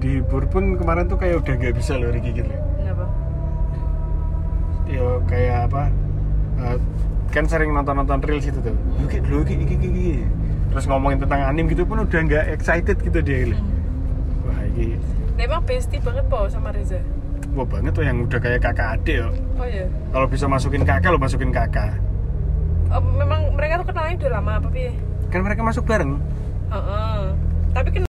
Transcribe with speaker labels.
Speaker 1: dihibur pun kemarin tuh kayak udah nggak bisa loh Ricky gitu
Speaker 2: Kenapa?
Speaker 1: ya kayak apa eh, kan sering nonton-nonton reels itu tuh "Lu Ki, lu Ki, Ki, Ki, Ki." terus ngomongin tentang anime gitu pun udah nggak excited gitu dia gitu. wah ini
Speaker 2: Nah, emang bestie banget po sama Reza.
Speaker 1: wah banget tuh yang udah kayak kakak adik yo.
Speaker 2: Oh iya.
Speaker 1: kalau bisa masukin kakak lo masukin kakak
Speaker 2: Oh, memang mereka tuh kenalnya udah lama apa piye?
Speaker 1: kan mereka masuk bareng
Speaker 2: Heeh. Tapi kenal